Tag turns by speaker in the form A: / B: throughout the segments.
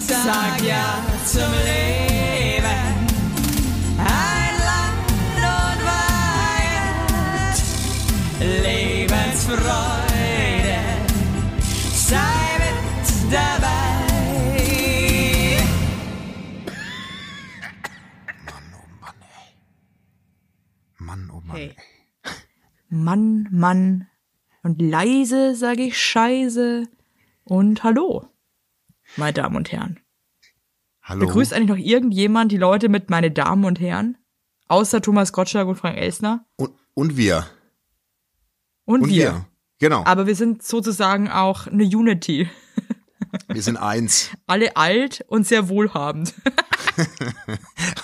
A: sag ja zum Leben. Ein Land und Weihend, Lebensfreude, sei mit dabei.
B: Mann, oh Mann, ey. Mann, oh Mann.
C: Hey.
B: ey.
C: Mann, Mann. Und leise sage ich Scheiße. Und hallo, meine Damen und Herren.
B: Hallo.
C: Begrüßt eigentlich noch irgendjemand die Leute mit meine Damen und Herren? Außer Thomas Gottschalk und Frank Elsner.
B: und, und wir.
C: Und,
B: Und wir.
C: wir. Ah.
B: Genau.
C: Aber wir sind sozusagen auch eine Unity.
B: wir sind eins.
C: Alle alt und sehr wohlhabend.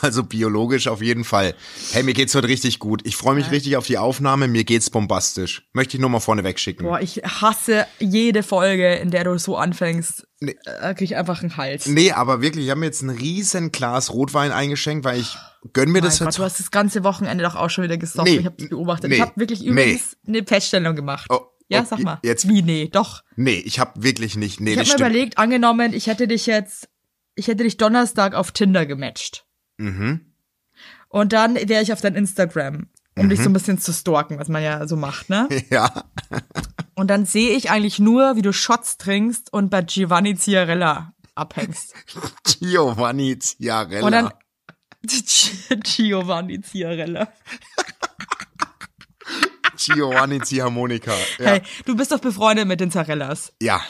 B: Also biologisch auf jeden Fall. Hey, mir geht's heute richtig gut. Ich freue mich richtig auf die Aufnahme. Mir geht's bombastisch. Möchte ich nur mal vorne wegschicken.
C: Boah, ich hasse jede Folge, in der du so anfängst.
B: Nee.
C: Da krieg ich einfach einen Hals.
B: Nee, aber wirklich, ich habe mir jetzt ein riesen Glas Rotwein eingeschenkt, weil ich gönn mir das
C: Oh mein Gott,
B: jetzt.
C: du hast das ganze Wochenende doch auch schon wieder gesoffen.
B: Nee,
C: ich habe das beobachtet.
B: nee,
C: ich habe wirklich
B: nee.
C: übrigens eine Feststellung gemacht.
B: Oh,
C: ja,
B: oh,
C: sag mal.
B: jetzt-
C: Wie, nee, doch.
B: Nee, ich habe wirklich nicht. Nee,
C: Ich
B: das
C: habe mir
B: stimmt.
C: überlegt, angenommen, ich hätte dich jetzt, ich hätte dich Donnerstag auf Tinder gematcht.
B: Mhm.
C: Und dann wäre ich auf dein Instagram, um
B: Mhm.
C: dich so ein bisschen zu stalken, was man ja so macht, ne?
B: Ja.
C: Und dann sehe ich eigentlich nur, wie du Shots trinkst und bei Giovanni Ciarella abhängst.
B: Giovanni Ziarella.
C: Und dann Giovanni Ciarella.
B: Giovanni Ziehharmonika. Ja.
C: Hey, du bist doch befreundet mit den Zarellas.
B: ja.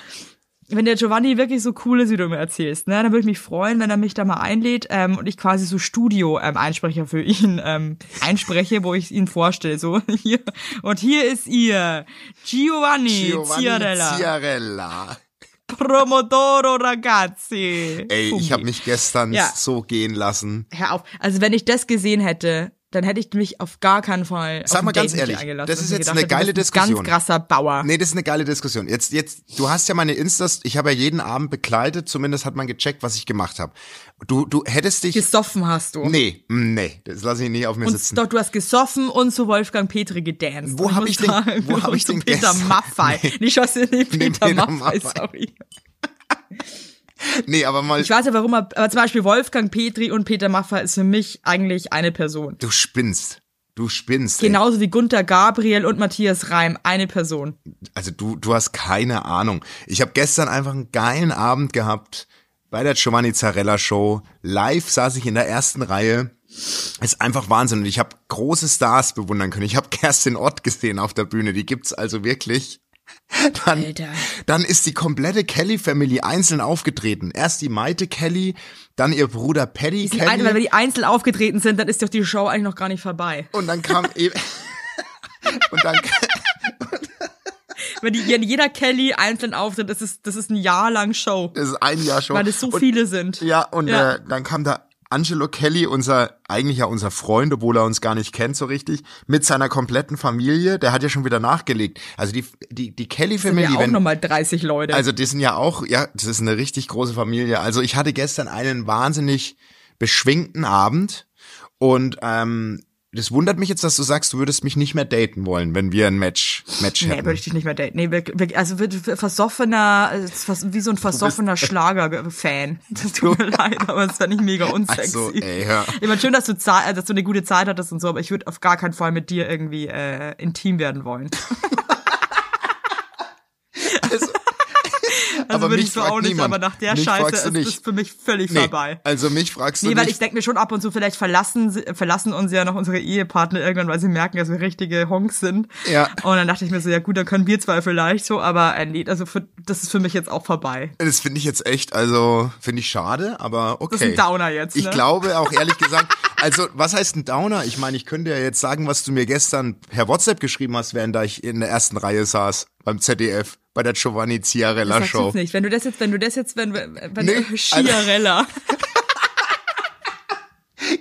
C: wenn der Giovanni wirklich so cool ist, wie du mir erzählst, ne, dann würde ich mich freuen, wenn er mich da mal einlädt ähm, und ich quasi so Studio-Einsprecher für ihn ähm, einspreche, wo ich ihn vorstelle. So hier und hier ist ihr Giovanni,
B: Giovanni
C: Ciarella,
B: Ziarella.
C: Promodoro Ragazzi.
B: Ey, ich
C: Fungi.
B: habe mich gestern
C: Ja.
B: so gehen lassen.
C: Hör auf. Also wenn ich das gesehen hätte, dann hätte ich mich auf gar keinen Fall.
B: Sag
C: auf
B: mal
C: ein
B: ganz
C: Date mit dir
B: ehrlich,
C: eingelassen
B: das
C: und
B: ist
C: mir
B: jetzt
C: gedacht,
B: eine
C: du bist
B: geile
C: ein
B: Diskussion.
C: Ganz krasser Bauer.
B: Nee, das ist eine geile Diskussion. Jetzt, jetzt, du hast ja meine Instas, ich habe ja jeden Abend begleitet, zumindest hat man gecheckt, was ich gemacht habe. Du, du hättest dich.
C: Gesoffen hast du.
B: Nee, hm, nee, das lasse ich nicht auf mir
C: Und
B: sitzen.
C: doch, du hast gesoffen und zu Wolfgang Petri gedanced.
B: Wo
C: Und ich
B: hab
C: muss
B: ich denn-
C: sagen,
B: wo hab
C: und
B: ich
C: zu
B: denn
C: Peter
B: gestern-
C: Maffei. Nicht was in den Peter,
B: Peter
C: Maffei,
B: Maffei.
C: sorry.
B: Nee, aber mal.
C: Ich weiß ja warum, er- aber zum Beispiel Wolfgang Petri und Peter Maffei ist für mich eigentlich eine Person.
B: Du spinnst. Du spinnst. ey.
C: Genauso wie Gunther Gabriel und Matthias Reim, eine Person.
B: Also du, du hast keine Ahnung. Ich habe gestern einfach einen geilen Abend gehabt bei der Giovanni Zarella Show. Live saß ich in der ersten Reihe. Ist einfach Wahnsinn. Und ich habe große Stars bewundern können. Ich habe Kerstin Ott gesehen auf der Bühne. Die gibt's also wirklich. Dann,
C: Alter.
B: dann ist die komplette Kelly Family einzeln aufgetreten. Erst die Maite Kelly, dann ihr Bruder Paddy
C: Die eine,
B: Kelly.
C: weil wenn die einzeln aufgetreten sind, dann ist doch die Show eigentlich noch gar nicht vorbei.
B: und dann kam eben. und dann
C: Wenn, die, wenn jeder Kelly einzeln auftritt, das ist, das ist ein Jahr lang Show.
B: das ist ein Jahr schon.
C: Weil es so
B: und,
C: viele sind.
B: Ja, und
C: Ja.
B: Äh, dann kam da Angelo Kelly, unser, eigentlich ja unser Freund, obwohl er uns gar nicht kennt so richtig, mit seiner kompletten Familie. Der hat ja schon wieder nachgelegt. Also die, die, die
C: Ja,
B: Kelly-Family,
C: auch
B: wenn,
C: nochmal 30 Leute.
B: also die sind ja auch, ja, das ist eine richtig große Familie. Also ich hatte gestern einen wahnsinnig beschwingten Abend und, ähm, das wundert mich jetzt, dass du sagst, du würdest mich nicht mehr daten wollen, wenn wir ein Match, Match
C: Nee,
B: hätten.
C: würde ich dich nicht mehr daten. Nee, wirklich, wirklich, also wird wird versoffener, äh, vers- wie so ein versoffener Schlager-Fan. Das tut mir leid, aber das fände ich mega unsexy.
B: Also, ey, ja.
C: Ich meine, schön, dass du, Zeit- äh, dass du eine gute Zeit hattest und so, aber ich würde auf gar keinen Fall mit dir irgendwie äh, intim werden wollen. Also
B: aber
C: würde
B: mich
C: ich so
B: fragt
C: auch nicht,
B: niemand.
C: aber nach der
B: Mich
C: Scheiße
B: fragst
C: ist
B: du
C: das
B: nicht.
C: für mich völlig
B: nee,
C: vorbei.
B: also mich fragst du
C: Nee, weil
B: nicht.
C: ich denke mir schon ab und zu, vielleicht verlassen, sie- verlassen uns ja noch unsere Ehepartner irgendwann, weil sie merken, dass wir richtige Honks sind.
B: Ja.
C: Und dann dachte ich mir so, ja gut, dann können wir zwei vielleicht so, aber äh, nee, also für, das ist für mich jetzt auch vorbei.
B: Das finde ich jetzt echt, also finde ich schade, aber okay.
C: Das ist ein Downer jetzt,
B: Ich
C: ne?
B: glaube auch ehrlich gesagt, also was heißt ein Downer? Ich meine, ich könnte ja jetzt sagen, was du mir gestern per WhatsApp geschrieben hast, während da ich in der ersten Reihe saß beim ZDF bei der Giovanni Ciarella
C: Sag's
B: Show.
C: jetzt nicht. Wenn du das jetzt, wenn du das jetzt, wenn, wenn
B: Nee, also,
C: du Schiarella.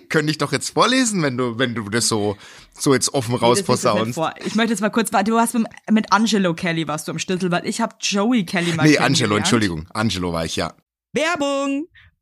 B: Könnte ich doch jetzt vorlesen, wenn du wenn du das so so jetzt offen
C: Das liest du nicht
B: rausposaunst.
C: vor. Ich möchte jetzt mal kurz, du warst mit, mit Angelo Kelly warst du am Schlüssel, weil ich habe Joey Kelly mal
B: Nee,
C: kennengelernt.
B: Angelo, Entschuldigung, Angelo war ich ja.
C: Werbung!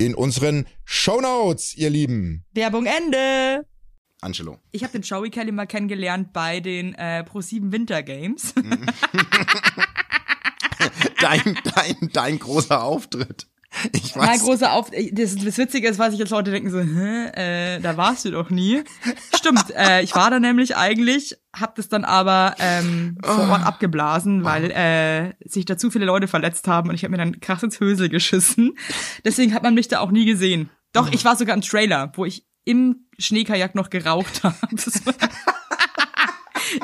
D: in unseren Shownotes, ihr Lieben.
E: Werbung Ende!
B: Angelo.
C: Ich habe den Joey Kelly mal kennengelernt bei den äh, Pro7 Winter Games.
B: Dein, dein, dein großer Auftritt. Ich
C: Mein
B: weiß.
C: großer Auf. äh, Das, das Witzige ist, was ich jetzt Leute denken so, Hä, äh, da warst du doch nie. Stimmt, äh, ich war da nämlich eigentlich, hab das dann aber ähm, vor Ort abgeblasen, weil äh, sich da zu viele Leute verletzt haben und ich habe mir dann krass ins Hösel geschissen. Deswegen hat man mich da auch nie gesehen. Doch, ich war sogar im Trailer, wo ich im Schneekajak noch geraucht habe. Das war-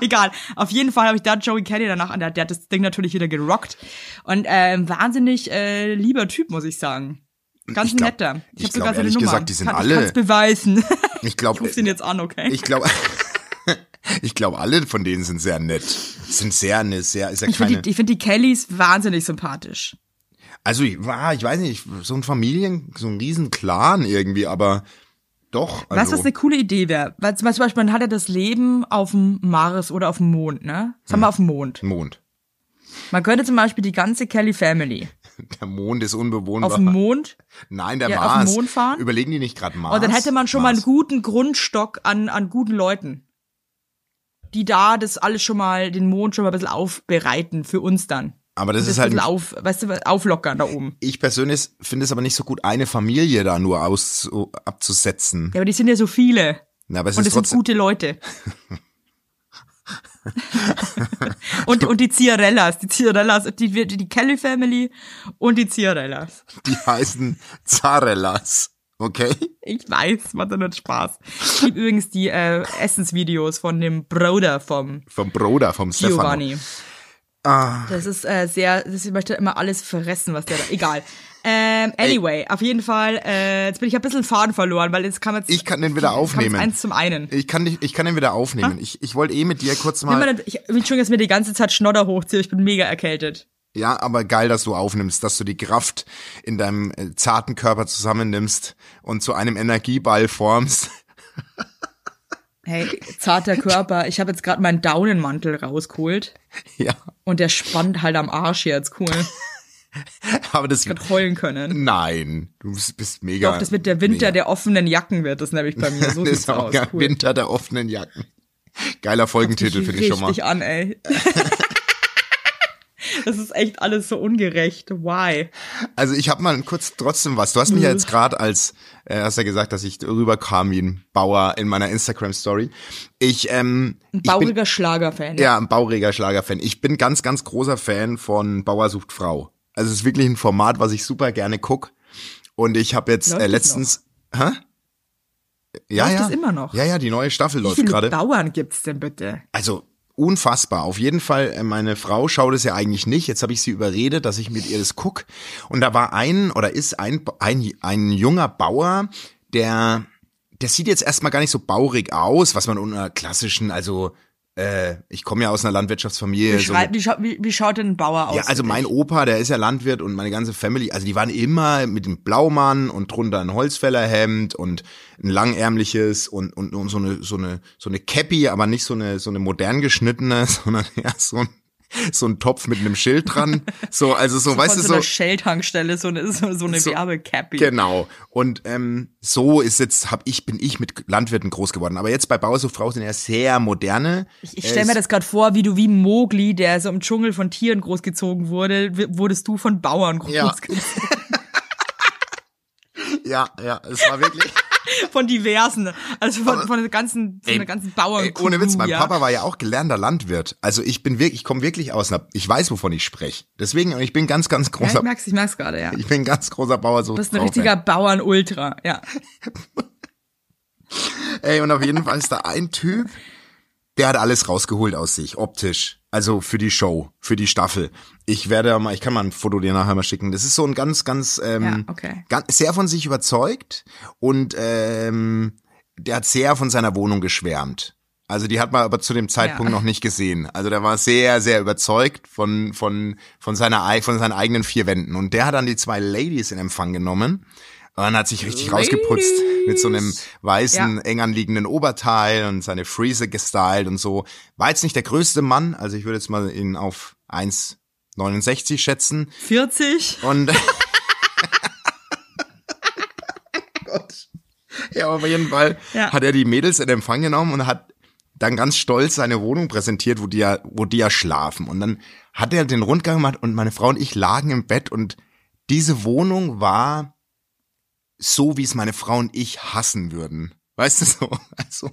C: Egal. Auf jeden Fall habe ich da Joey Kelly danach an der, der hat das Ding natürlich wieder gerockt. Und ähm, wahnsinnig äh, lieber Typ, muss ich sagen. Ganz
B: Ich glaub-
C: netter. Ich,
B: ich
C: habe sogar
B: glaub,
C: seine
B: ehrlich
C: Nummer.
B: gesagt, die sind
C: kann,
B: alle-
C: Ich kann's beweisen.
B: Ich
C: Ich
B: glaube,
C: ruf den jetzt an, okay?
B: ich glaube, ich glaube, alle von denen sind sehr nett. Sind sehr, eine sehr, ist ja
C: Ich finde
B: keine.
C: die, ich find die Kellys wahnsinnig sympathisch.
B: Also, ich war, ich weiß nicht, so ein Familien, so ein riesen Clan irgendwie, aber doch.
C: Weißt
B: Also,
C: du, was eine coole Idee wäre? Weil zum Beispiel, man hat ja das Leben auf dem Mars oder auf dem Mond, ne? Sagen
B: Hm.
C: wir auf dem Mond.
B: Mond.
C: Man könnte zum Beispiel die ganze Kelly Family
B: Der Mond ist unbewohnbar.
C: auf dem Mond
B: Nein, der
C: Ja, auf
B: Mars.
C: den Mond fahren?
B: Überlegen die nicht gerade Mars?
C: Und dann hätte man schon mal einen
B: Mars.
C: guten Grundstock an, an guten Leuten, die da das alles schon mal, den Mond schon mal ein bisschen aufbereiten für uns dann.
B: Aber das,
C: Das
B: ist halt
C: ein
B: ein
C: bisschen auf, weißt du, auflockern da oben.
B: Ich persönlich finde es aber nicht so gut, eine Familie da nur aus, abzusetzen.
C: Ja, aber die sind ja so viele.
B: Na, aber es
C: Und
B: ist
C: es sind
B: trotzdem.
C: gute Leute. und, und die Ciarellas, die Ciarellas, die, die, die Kelly Family und die Ciarellas.
B: Die heißen Zarellas. Okay?
C: Ich weiß, macht doch nicht Spaß. Ich liebe übrigens die äh, Essensvideos von dem Bruder vom
B: Vom Bruder, vom Stefano.
C: Giovanni.
B: Ah.
C: Das ist äh, sehr, das ich möchte immer alles fressen, was der da. Egal. Ähm, anyway, auf jeden Fall, äh, jetzt bin ich ein bisschen Faden verloren, weil jetzt kann man jetzt-
B: Ich kann den wieder
C: jetzt kam jetzt
B: aufnehmen.
C: Eins zum einen.
B: Ich kann, dich, ich kann den wieder aufnehmen. Ich, ich wollte eh mit dir kurz
C: Ah. Nimm
B: mal.
C: mal, ich, Entschuldigung, dass ich mir die ganze Zeit Schnodder hochziehe, ich bin mega erkältet.
B: Ja, aber geil, dass du aufnimmst, dass du die Kraft in deinem äh, zarten Körper zusammennimmst und zu einem Energieball formst.
C: Hey, zarter Körper, ich habe jetzt gerade meinen Daunenmantel rausgeholt
B: ja,
C: und der spannt halt am Arsch jetzt, cool.
B: aber das.
C: Ich heulen können.
B: Nein, du bist, bist mega.
C: Doch, das mit der Winter
B: mega.
C: der offenen Jacken wird das nämlich bei mir. So
B: das
C: sieht's
B: ist auch
C: aus.
B: geil.
C: Cool.
B: Winter der offenen Jacken. Geiler Folgentitel
C: Mich
B: finde ich schon mal.
C: Richtig an, ey. Das ist echt alles so ungerecht. Why?
B: Also ich habe mal kurz trotzdem was. Du hast mich ja jetzt gerade als, äh, hast ja gesagt, dass ich rüberkam wie ein Bauer in meiner Instagram Story. Ich, ähm, ein ich bin,
C: Bauriger Schlagerfan.
B: ja, ein bauriger Schlagerfan. Ich bin ganz, ganz großer Fan von Bauer sucht Frau. Also es ist wirklich ein Format, was ich super gerne guck. Und ich habe jetzt
C: Läuft
B: äh,
C: das
B: letztens, hä? Ja,
C: Läuft
B: ja.
C: das immer noch?
B: Ja, ja, die neue Staffel
C: Wie
B: läuft
C: viele
B: gerade.
C: Bauern gibt's denn bitte?
B: Also unfassbar. Auf jeden Fall, äh, meine Frau schaut es ja eigentlich nicht. Jetzt habe ich sie überredet, dass ich mit ihr das guck. Und da war ein oder ist ein, ein, ein junger Bauer, der, der sieht jetzt erstmal gar nicht so baurig aus, was man unter klassischen, also äh, ich komme ja aus einer Landwirtschaftsfamilie. so
E: Schreib, wie, scha wie, wie schaut denn ein Bauer aus?
B: Also- ja, also mein Opa, der ist ja Landwirt und meine ganze Family, also die waren immer mit dem Blaumann und drunter ein Holzfällerhemd und ein langärmliches und, und, und so eine, so eine, so eine Cappy, aber nicht so eine, so eine modern geschnittene, sondern ja, so ein, so ein Topf mit einem Schild dran. So, also so, weißt
E: von
B: du,
E: so
B: so.
E: einer Shell-Tankstelle, so eine, so, so eine
B: So-
E: Werbecappy.
B: Genau. Und ähm, so ist jetzt, hab ich, bin ich mit Landwirten groß geworden. Aber jetzt bei Bauersucht Frau sind ja sehr moderne. äh,
C: Ich, ich stelle mir das gerade vor, wie du wie Mowgli, der so im Dschungel von Tieren großgezogen wurde, w- wurdest du von Bauern
B: Ja.
C: großgezogen.
B: Ja, ja, es war wirklich.
C: Von diversen. Also von, von der ganzen, von der ganzen Bauern.
B: Ey, ohne Witz, mein
C: ja.
B: Papa war ja auch gelernter Landwirt. Also ich bin wirklich, ich komme wirklich aus einer, ich weiß, wovon ich spreche. Deswegen, und ich bin ganz, ganz
C: Ja,
B: großer,
C: ich merk's, ich merk's gerade, ja. Du
B: ich bin ein ganz großer Bauersucht.
C: bist ein richtiger Bauern-Ultra, ja.
B: Ey, und auf jeden Fall ist da ein Typ, der hat alles rausgeholt aus sich, optisch. Also für die Show, für die Staffel. Ich werde ja mal, ich kann mal ein Foto dir nachher mal schicken. Das ist so ein ganz, ganz, ähm,
C: Ja, okay.
B: ganz, sehr von sich überzeugt und ähm, der hat sehr von seiner Wohnung geschwärmt. Also die hat man aber zu dem Zeitpunkt
C: Ja.
B: noch nicht gesehen. Also der war sehr, sehr überzeugt von von von seiner ei- von seinen eigenen vier Wänden. Und der hat dann die zwei Ladies in Empfang genommen und hat sich richtig rausgeputzt mit so einem weißen
C: Ja.
B: eng anliegenden Oberteil und seine Friese gestylt und so. War jetzt nicht der größte Mann, also ich würde jetzt mal ihn auf 1,69 schätzen.
C: 40.
B: Und Gott. Ja, aber auf jeden Fall
C: Ja.
B: hat er die Mädels in Empfang genommen und hat dann ganz stolz seine Wohnung präsentiert, wo die ja, wo die ja schlafen. Und dann hat er den Rundgang gemacht und meine Frau und ich lagen im Bett und diese Wohnung war so, wie es meine Frau und ich hassen würden. Weißt du so? Also,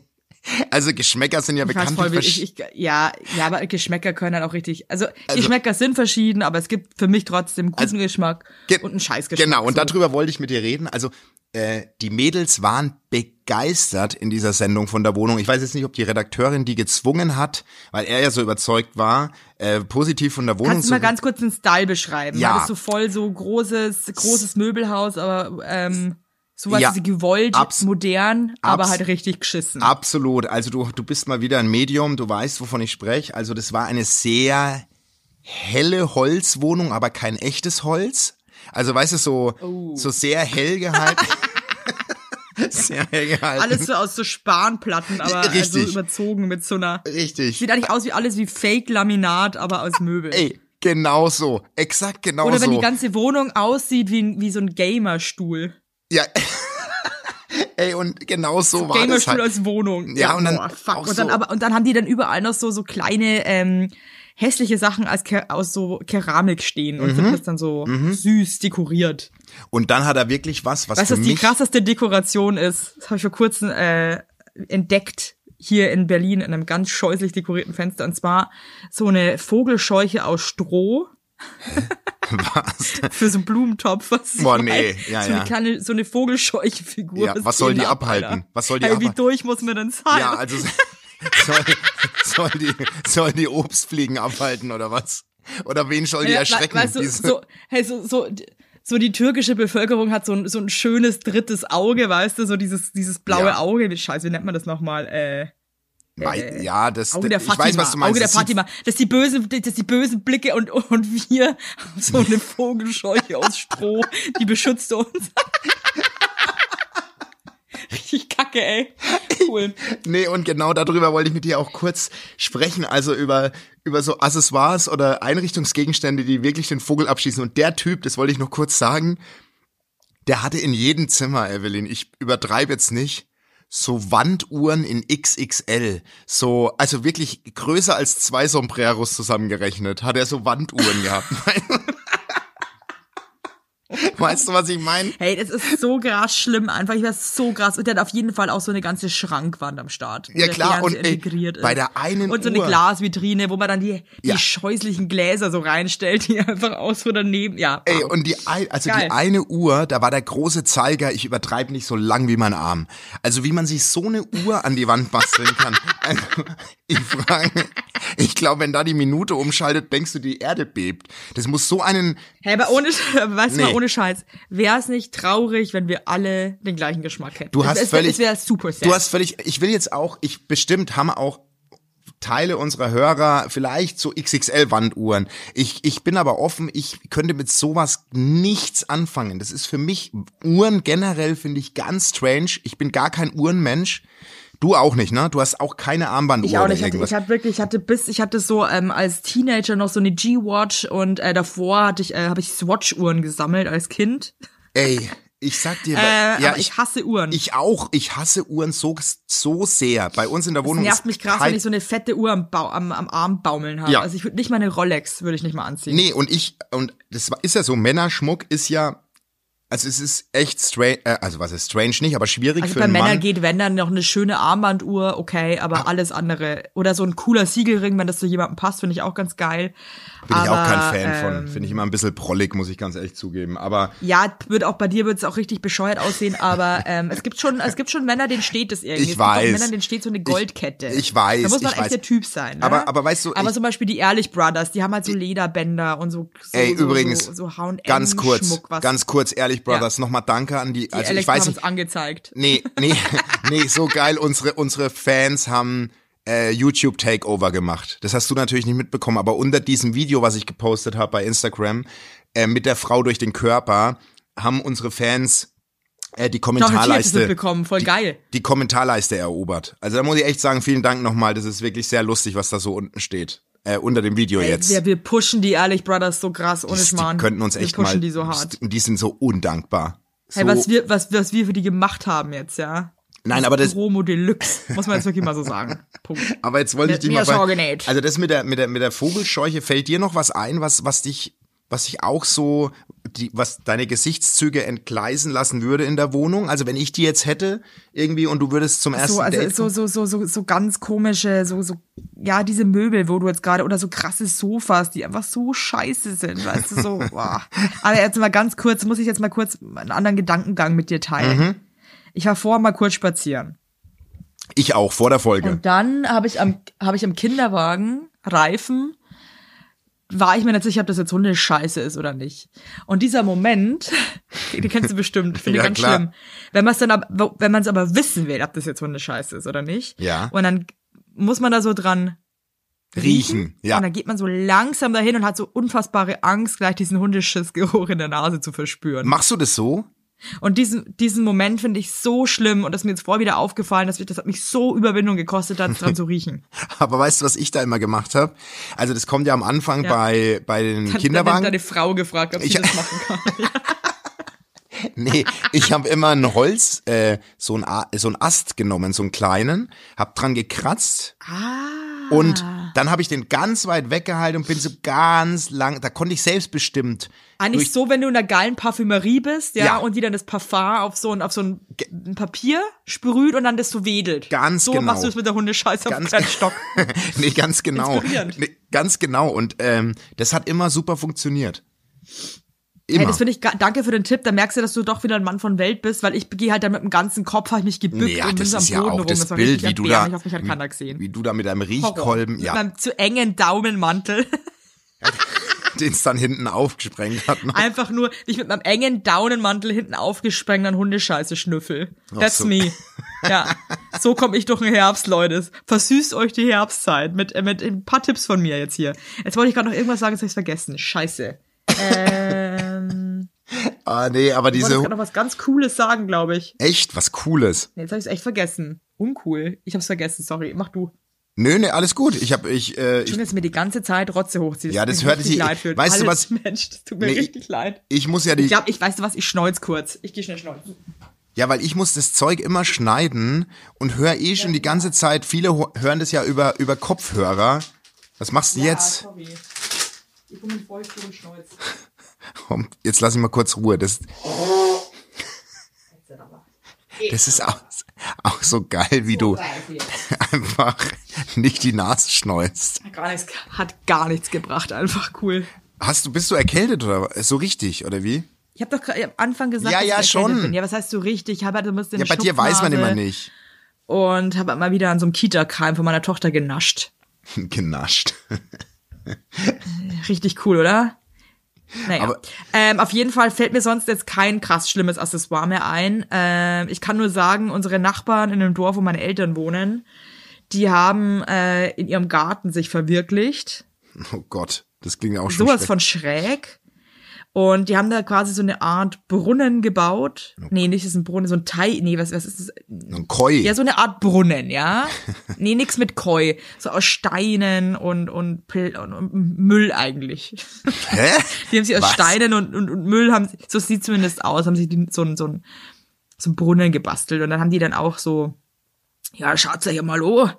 B: also Geschmäcker sind ja
C: Ich weiß
B: bekanntlich
C: voll, wie-
B: versch-
C: ich, ich, ja, ja, aber Geschmäcker können halt auch richtig. Also,
B: Also-
C: Geschmäcker sind verschieden, aber es gibt für mich trotzdem guten
B: Also,
C: Geschmack
B: Ge-
C: und einen Scheißgeschmack.
B: Genau, und
C: so.
B: darüber wollte ich mit dir reden. Also, äh, die Mädels waren begeistert in dieser Sendung von der Wohnung. Ich weiß jetzt nicht, ob die Redakteurin die gezwungen hat, weil er ja so überzeugt war, äh, positiv von der Wohnung
C: Kannst
B: zu
C: du mal ganz kurz den Style beschreiben?
B: Ja.
C: War das so voll so großes, großes Möbelhaus, aber ähm, sowas
B: Ja.
C: ist gewollt,
B: Abs-
C: modern, aber
B: abs-
C: halt richtig geschissen.
B: Absolut. Also du, du bist mal wieder ein Medium, du weißt, wovon ich spreche. Also das war eine sehr helle Holzwohnung, aber kein echtes Holz. Also weißt du, so,
C: Oh.
B: so sehr hell gehalten. sehr hell gehalten.
C: Alles so aus so Spanplatten, aber also
B: Richtig.
C: überzogen mit so einer.
B: Richtig.
C: Sieht eigentlich aus wie alles wie Fake-Laminat, aber aus Möbel.
B: Ey, genau so. Exakt genau
C: Oder
B: so.
C: wenn die ganze Wohnung aussieht wie, ein- wie so ein Gamerstuhl.
B: Ja. Ey, und genau so war das
C: Gamerstuhl
B: halt.
C: als Wohnung.
B: Ja, und dann auch
C: fuck. Und dann,
B: so-
C: aber, und dann haben die dann überall noch so, so kleine, ähm, hässliche Sachen als Ke aus so Keramik stehen
B: Mhm.
C: und sind das dann so süß dekoriert.
B: Und dann hat er wirklich was, was
C: Weißt du,
B: für
C: was die
B: mich...
C: krasseste Dekoration ist? Das habe ich vor kurzem äh, entdeckt hier in Berlin in einem ganz scheußlich dekorierten Fenster. Und zwar so eine Vogelscheuche aus Stroh. Für so einen Blumentopf. Was
B: Boah, nee. Ja,
C: so
B: ja.
C: Eine kleine, so eine Vogelscheuche-Figur.
B: Ja, was soll
C: geht
B: die
C: ab,
B: abhalten?
C: Alter?
B: Was soll die
C: Ey, wie
B: abhalten?
C: durch muss man denn sein?
B: Ja, also soll, soll, die, soll die Obstfliegen abhalten oder was? Oder wen soll die
C: Ja,
B: erschrecken?
C: Weißt du,
B: Diese-
C: so, hey, so, so, so die türkische Bevölkerung hat so ein, so ein schönes drittes Auge, weißt du, so dieses, dieses blaue
B: Ja.
C: Auge, wie, scheiße, wie nennt man das nochmal? Äh,
B: Wei- ja, das,
C: Auge der
B: ich
C: Fatima.
B: weiß, was du meinst.
C: Auge der
B: Das sieht-
C: Fatima. Das die böse, das die bösen Blicke und, und wir haben so eine Vogelscheuche aus Stroh, die beschützt uns. Richtig kacke, ey. Cool.
B: Nee, und genau darüber wollte ich mit dir auch kurz sprechen. Also über, über so Accessoires oder Einrichtungsgegenstände, die wirklich den Vogel abschießen. Und der Typ, das wollte ich noch kurz sagen, der hatte in jedem Zimmer, Evelyn, ich übertreibe jetzt nicht, so Wanduhren in XXL. So, also wirklich größer als zwei Sombreros zusammengerechnet, hat er so Wanduhren gehabt. Weißt du, was ich meine?
C: Hey, das ist so krass schlimm einfach. Ich weiß so krass. Und der hat auf jeden Fall auch so eine ganze Schrankwand am Start. wo
B: Ja,
C: der
B: klar.
C: Fernseher
B: Und, ey,
C: integriert ist.
B: bei der einen
C: Und so eine
B: Uhr-
C: Glasvitrine, wo man dann die, die
B: Ja.
C: scheußlichen Gläser so reinstellt, die einfach aus oder daneben. Ja.
B: Ey, und die, ein, also
C: Geil.
B: die eine Uhr, da war der große Zeiger, ich übertreibe nicht so lang wie mein Arm. Also wie man sich so eine Uhr an die Wand basteln kann. Also, ich frage, ich glaube, wenn da die Minute umschaltet, denkst du, die Erde bebt. Das muss so einen,
C: Hey, aber ohne, weißt du
B: Nee.
C: mal, ohne Scheiß. Wäre es nicht traurig, wenn wir alle den gleichen Geschmack hätten?
B: Du hast
C: es, es,
B: völlig-
C: Es wäre super sad.
B: du hast völlig, ich will jetzt auch, ich bestimmt haben auch Teile unserer Hörer vielleicht so XXL-Wanduhren. Ich, ich bin aber offen, ich könnte mit sowas nichts anfangen. Das ist für mich, Uhren generell finde ich ganz strange. Ich bin gar kein Uhrenmensch. Du auch nicht, ne? Du hast auch keine Armbanduhr
C: Ich auch nicht.
B: oder
C: Ich hatte,
B: irgendwas.
C: ich hatte wirklich, ich hatte bis, ich hatte so ähm, als Teenager noch so eine G-Watch und äh, davor hatte ich, äh, habe ich Swatch-Uhren gesammelt als Kind.
B: Ey, ich sag dir,
C: Äh,
B: ja,
C: aber ich, hasse Uhren.
B: Ich auch. Ich hasse Uhren so, so sehr. Bei uns in der Wohnung
C: Nervt
B: ist
C: mich krass,
B: kein-
C: wenn ich so eine fette Uhr am, Bau, am, am Arm baumeln habe.
B: Ja.
C: Also ich würde nicht meine Rolex würde ich nicht mal anziehen.
B: Nee, und ich, und das war- ist ja so, Männerschmuck ist ja, also es ist echt strange, äh, also was ist strange nicht, aber schwierig
C: Also
B: für
C: bei
B: einen
C: Männern
B: Mann. Ah.
C: geht, wenn dann noch eine schöne Armbanduhr, okay, aber alles andere. Oder so ein cooler Siegelring, wenn das zu jemandem passt, finde ich auch ganz geil.
B: Bin ich auch kein
C: Aber,
B: Fan
C: ähm,
B: von. Finde ich immer ein bisschen prollig, muss ich ganz ehrlich zugeben. Aber
C: Ja, wird auch bei dir wird es auch richtig bescheuert aussehen, aber ähm, es gibt schon, es gibt schon Männer, denen steht das irgendwie.
B: Ich
C: es gibt auch
B: weiß.
C: Männer, denen steht so eine Goldkette.
B: Ich- ich weiß,
C: Da muss man
B: ich
C: echt
B: weiß.
C: der Typ sein. Ne?
B: Aber- aber weißt du,
C: Aber
B: ich-
C: zum Beispiel die Ehrlich Brothers, die haben halt so Lederbänder und so. so
B: ey,
C: so,
B: übrigens,
C: so, so H&M
B: ganz kurz,
C: Schmuck, was
B: ganz kurz, ehrlich, Brothers,
C: Ja.
B: nochmal danke an die,
C: die
B: also
C: Alex
B: ich weiß
C: haben
B: nicht,
C: uns angezeigt.
B: Nee, nee, nee, so geil. Unsere, unsere Fans haben äh, YouTube Takeover gemacht. Das hast du natürlich nicht mitbekommen, aber unter diesem Video, was ich gepostet habe bei Instagram, äh, mit der Frau durch den Körper, haben unsere Fans äh, die
C: Doch, ich habe das
B: Kommentarleiste
C: mitbekommen, voll geil.
B: die Kommentarleiste erobert. Also da muss ich echt sagen, vielen Dank nochmal. Das ist wirklich sehr lustig, was da so unten steht. Äh, unter dem Video
C: Ey,
B: jetzt.
C: Wir, wir pushen die Ehrlich Brothers so krass, ohne
B: die,
C: Schmarrn.
B: die könnten uns
C: wir
B: echt
C: pushen
B: mal.
C: die so hart.
B: Die sind so undankbar. So,
C: Hey, was wir, was, was wir für die gemacht haben jetzt, ja.
B: nein, aber das,
C: Promo Deluxe, muss man jetzt wirklich mal so sagen. Punkt.
B: Aber jetzt wollte ich dich
C: Mir
B: mal
C: ist
B: fragen.
C: vorgenäht.
B: Also das mit der mit der mit der Vogelscheuche fällt dir noch was ein, was was dich was dich auch so die was deine Gesichtszüge entgleisen lassen würde in der Wohnung? Also wenn ich die jetzt hätte irgendwie und du würdest zum ersten
C: so, also
B: Date
C: so, so, so, so, so ganz komische, so, so, ja, diese Möbel, wo du jetzt gerade, oder so krasse Sofas, die einfach so scheiße sind, weißt du, so, boah. Aber jetzt mal ganz kurz, muss ich jetzt mal kurz einen anderen Gedankengang mit dir teilen.
B: Mhm.
C: Ich war vorher mal kurz spazieren.
B: ich auch vor der Folge.
C: Und dann habe ich am, habe ich am Kinderwagen Reifen, war ich mir nicht sicher, ob das jetzt Hundescheiße ist oder nicht. Und dieser Moment, den kennst du bestimmt, finde
B: Ja,
C: ich ganz
B: klar.
C: schlimm. Wenn man es dann, ab- wenn man es aber wissen will, ob das jetzt Hundescheiße ist oder nicht.
B: Ja.
C: Und dann muss man da so dran
B: Riechen, ja.
C: und dann geht man so langsam dahin und hat so unfassbare Angst, gleich diesen Hundeschissgeruch in der Nase zu verspüren.
B: Machst du das so?
C: Und diesen, diesen Moment finde ich so schlimm und das ist mir jetzt vorher wieder aufgefallen, dass ich, das hat mich so Überwindung gekostet hat, dran zu riechen.
B: Aber weißt du, was ich da immer gemacht habe? Also das kommt ja am Anfang
C: Ja.
B: bei bei den
C: Dann hat
B: Kinderwagen.
C: deine Frau gefragt, ob sie
B: Ich-
C: das machen kann.
B: Nee, ich habe immer ein Holz, äh, so ein A- so ein Ast genommen, so einen kleinen, hab dran gekratzt
C: Ah.
B: und dann habe ich den ganz weit weggehalten und bin so ganz lang, da konnte ich selbstbestimmt.
C: Eigentlich Ah, so, wenn du in einer geilen Parfümerie bist, ja,
B: Ja.
C: und die dann das Parfum auf so ein, auf so ein, ein Papier sprüht und dann das so wedelt.
B: Ganz
C: so
B: genau.
C: machst du es mit der Hundescheiße auf
B: Ganz-
C: keinen Stock.
B: nee, ganz genau.
C: Inspirierend.
B: Nee, ganz genau. Und ähm, das hat immer super funktioniert. Immer.
C: Hey, das finde ich, ga- danke für den Tipp, da merkst du, dass du doch wieder ein Mann von Welt bist, weil ich gehe halt dann mit dem ganzen Kopf, habe ich mich gebückt
B: Nee, ja,
C: und
B: das
C: bin so am
B: ist ja
C: Boden
B: auch
C: rum.
B: das
C: war
B: Bild,
C: richtig
B: wie du
C: erbärmlich.
B: da,
C: Ich hoffe, mich hat keiner gesehen.
B: wie, wie du da mit deinem
C: Horror.
B: Riechkolben,
C: Mit
B: ja,
C: meinem zu engen Daumenmantel.
B: den es dann hinten aufgesprengt hat. Ne?
C: Einfach nur, wie ich mit meinem engen Daunenmantel hinten aufgesprengt an Hundescheiße schnüffel. That's
B: so.
C: me. Ja, so komme ich durch den Herbst, Leute. Versüßt euch die Herbstzeit mit, äh, mit ein paar Tipps von mir jetzt hier. Jetzt wollte ich gerade noch irgendwas sagen, jetzt habe ich vergessen. Scheiße. Ähm,
B: Ah, nee, aber
C: ich wollte
B: diese
C: gerade noch was ganz Cooles sagen, glaube ich.
B: echt was Cooles.
C: Nee, Jetzt habe ich es echt vergessen. Uncool. Ich habe es vergessen, sorry. Mach du.
B: Nö, nee, alles gut. Ich habe ich, äh, ich
C: Schön, dass du mir die ganze Zeit Rotze hochziehst.
B: Ja, das
C: Tut mir
B: hörte
C: richtig
B: sie-
C: leid für
B: weißt du
C: alles,
B: was-
C: Mensch, das tut mir
B: Nee, ich-
C: richtig leid.
B: ich muss ja die
C: Ich glaube, ich weiß du was, ich schneuz kurz. Ich gehe schnell schneuzen.
B: Ja, weil ich muss das Zeug immer schneiden und höre eh schon die ganze Zeit, viele ho- hören das ja über, über Kopfhörer. Was machst du jetzt?
C: sorry. Ich bin mit Fäusten und Schneuz.
B: Komm, jetzt lass ich mal kurz Ruhe. Das, das ist auch, auch so geil, wie du einfach nicht die Nase schneuzt.
C: Hat gar nichts, hat gar nichts gebracht, einfach cool.
B: Hast du, bist du erkältet oder was? so richtig, oder wie?
C: Ich habe doch gerade am Anfang gesagt,
B: Ja,
C: dass
B: ja,
C: ich erkältet
B: schon.
C: Bin. Ja, was heißt so richtig? Ich habe halt so ein bisschen
B: Ja, bei dir weiß man
C: Schnupfnase
B: immer nicht.
C: Und habe halt mal wieder an so einem Kita-Keim von meiner Tochter genascht.
B: Genascht.
C: Richtig cool, oder? Naja.
B: Aber-
C: ähm, auf jeden Fall fällt mir sonst jetzt kein krass schlimmes Accessoire mehr ein. Ähm, ich kann nur sagen, unsere Nachbarn in dem Dorf, wo meine Eltern wohnen, die haben äh, in ihrem Garten sich verwirklicht.
B: Oh Gott, das klingt ja auch schon
C: Sowas
B: schrecklich.
C: von schräg. Und die haben da quasi so eine Art Brunnen gebaut. Nee, nicht das ist ein Brunnen, so ein Teich. Nee, was, was ist das?
B: Ein Koi.
C: Ja, so eine Art Brunnen, ja. Nee, nix mit Koi. So aus Steinen und, und, Pil- und, und Müll eigentlich.
B: Hä?
C: Die haben sie aus
B: Was?
C: Steinen und, und, und Müll haben, sie- so sieht zumindest aus, haben sie die, so einen so einen- so einen Brunnen gebastelt und dann haben die dann auch so, ja, schaut's euch mal an,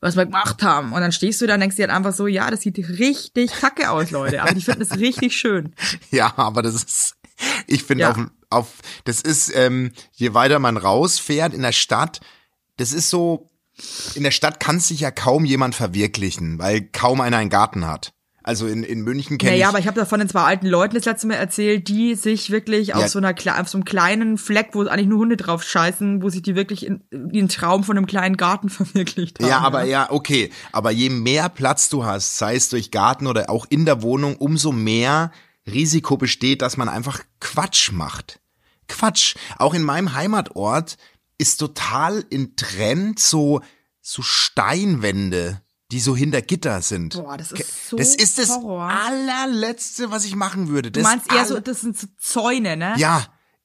C: was wir gemacht haben. Und dann stehst du da und denkst dir halt einfach so, ja, das sieht richtig kacke aus, Leute, aber die finden es richtig schön.
B: Ja, aber das ist, ich finde
C: Ja.
B: auf, auf, das ist, ähm, je weiter man rausfährt in der Stadt, das ist so, in der Stadt kann sich ja kaum jemand verwirklichen, weil kaum einer einen Garten hat. Also in, in München kenne
C: Naja,
B: ich,
C: aber ich habe da von den zwei alten Leuten das letzte Mal erzählt, die sich wirklich auf,
B: Ja.
C: so einer, kle- auf so einem kleinen Fleck, wo eigentlich nur Hunde drauf scheißen, wo sich die wirklich in, den Traum von einem kleinen Garten ne? verwirklicht haben.
B: ja, aber ja, okay. Aber je mehr Platz du hast, sei es durch Garten oder auch in der Wohnung, umso mehr Risiko besteht, dass man einfach Quatsch macht. Quatsch. Auch in meinem Heimatort ist total in Trend so, so Steinwände, die so hinter Gitter sind.
C: Boah, das ist so
B: das ist das
C: Horror.
B: allerletzte, was ich machen würde. Das
C: Du meinst eher so,
B: aller-
C: das sind so Zäune, ne?
B: ja,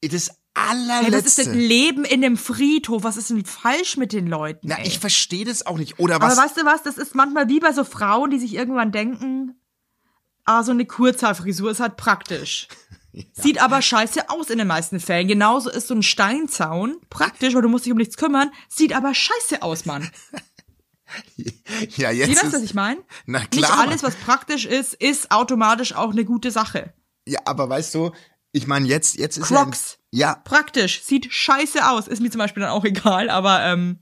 B: das allerletzte.
C: Hey, was ist denn Leben in dem Friedhof? Was ist denn falsch mit den Leuten?
B: Na,
C: ey?
B: ich verstehe das auch nicht. Oder was?
C: Aber weißt du was? Das ist manchmal wie bei so Frauen, die sich irgendwann denken, ah, so eine Kurzhaarfrisur ist halt praktisch. Sieht aber scheiße aus in den meisten Fällen. Genauso ist so ein Steinzaun praktisch, weil du musst dich um nichts kümmern. Sieht aber scheiße aus, Mann.
B: ja, jetzt
C: Wie weißt du,
B: ist,
C: was ich meine?
B: Na
C: Nicht
B: klar.
C: alles, was praktisch ist, ist automatisch auch eine gute Sache.
B: Ja, aber weißt du, ich meine, jetzt, jetzt ist
C: Crocs.
B: ja. Ja,
C: Praktisch. Sieht scheiße aus. Ist mir zum Beispiel dann auch egal, aber ähm,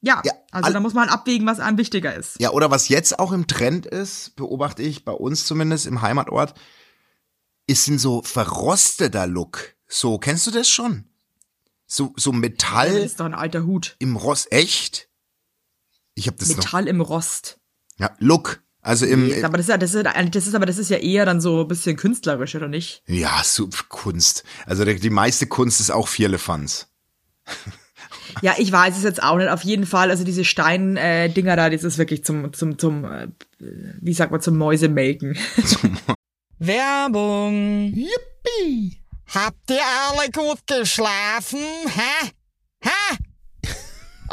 C: ja.
B: Ja,
C: also
B: all-
C: da muss man abwägen, was einem wichtiger ist.
B: ja, oder was jetzt auch im Trend ist, beobachte ich bei uns zumindest im Heimatort, ist ein so verrosteter Look. So, kennst du das schon? So, so
C: Das
B: Metall
C: ist doch ein alter Hut.
B: im Rost. Echt? Ich habe das noch.
C: Metall im Rost.
B: Ja, Look. Also im,
C: Ist
B: im
C: Aber das ist, ja, das, ist, ja- das ist aber das ist ja eher dann so ein bisschen künstlerisch, oder nicht?
B: ja, so Kunst. Also der, die meiste Kunst ist auch Vierlefanz.
C: Ja, ich weiß es jetzt auch nicht. Auf jeden Fall, also diese Stein-Dinger da, das ist wirklich zum, zum, zum, äh, wie sagt man, zum Mäusemelken.
E: Werbung.
F: Yippie! Habt ihr alle gut geschlafen? Hä? Hä?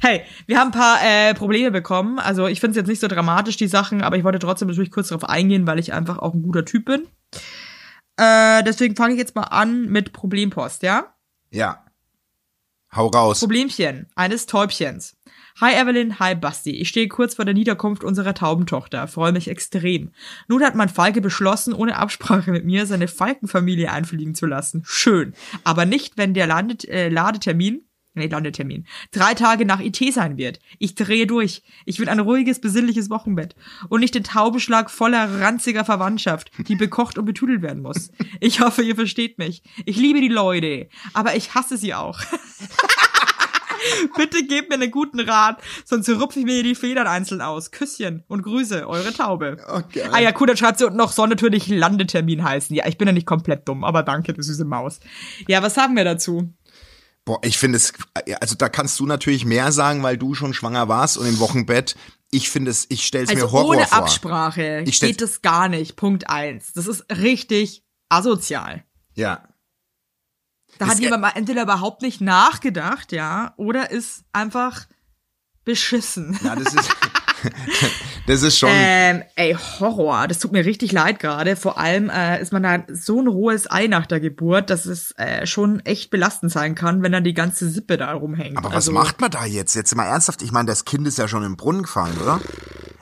C: Hey, wir haben ein paar äh, Probleme bekommen. Also ich finde es jetzt nicht so dramatisch, die Sachen, aber ich wollte trotzdem natürlich kurz darauf eingehen, weil ich einfach auch ein guter Typ bin. Äh, deswegen fange ich jetzt mal an mit Problempost, ja?
B: Ja. Hau raus.
C: Problemchen eines Täubchens. Hi Evelyn, hi Basti. Ich stehe kurz vor der Niederkunft unserer Taubentochter. Freue mich extrem. Nun hat mein Falke beschlossen, ohne Absprache mit mir seine Falkenfamilie einfliegen zu lassen. Schön. Aber nicht, wenn der Landet, äh, Ladetermin nee, Landetermin, drei Tage nach IT sein wird. Ich drehe durch. Ich will ein ruhiges, besinnliches Wochenbett und nicht den Taubenschlag voller ranziger Verwandtschaft, die bekocht und betüdelt werden muss. Ich hoffe, ihr versteht mich. Ich liebe die Leute, aber ich hasse sie auch. Bitte gebt mir einen guten Rat, sonst rupfe ich mir die Federn einzeln aus. Küsschen und Grüße, eure Taube.
B: Okay.
C: Ah ja, cool, dann schreibt sie unten noch, soll natürlich Landetermin heißen. Ja, ich bin ja nicht komplett dumm, aber danke, du süße Maus. Ja, was haben wir dazu?
B: Boah, ich finde es, also da kannst du natürlich mehr sagen, weil du schon schwanger warst und im Wochenbett. Ich finde es, ich stelle es
C: Also
B: mir Horror
C: ohne
B: vor.
C: Absprache
B: Ich stell-
C: geht das gar nicht. Punkt eins. Das ist richtig asozial.
B: Ja.
C: Da
B: Ist,
C: hat
B: äh,
C: jemand mal entweder überhaupt nicht nachgedacht, ja, oder ist einfach beschissen.
B: Ja, das ist, das ist schon,
C: Ähm, ey, Horror. Das tut mir richtig leid gerade. Vor allem äh, ist man da so ein rohes Ei nach der Geburt, dass es äh, schon echt belastend sein kann, wenn dann die ganze Sippe da rumhängt.
B: aber was
C: Also-
B: macht man da jetzt? Jetzt mal ernsthaft. Ich meine, das Kind ist ja schon im Brunnen gefallen, oder?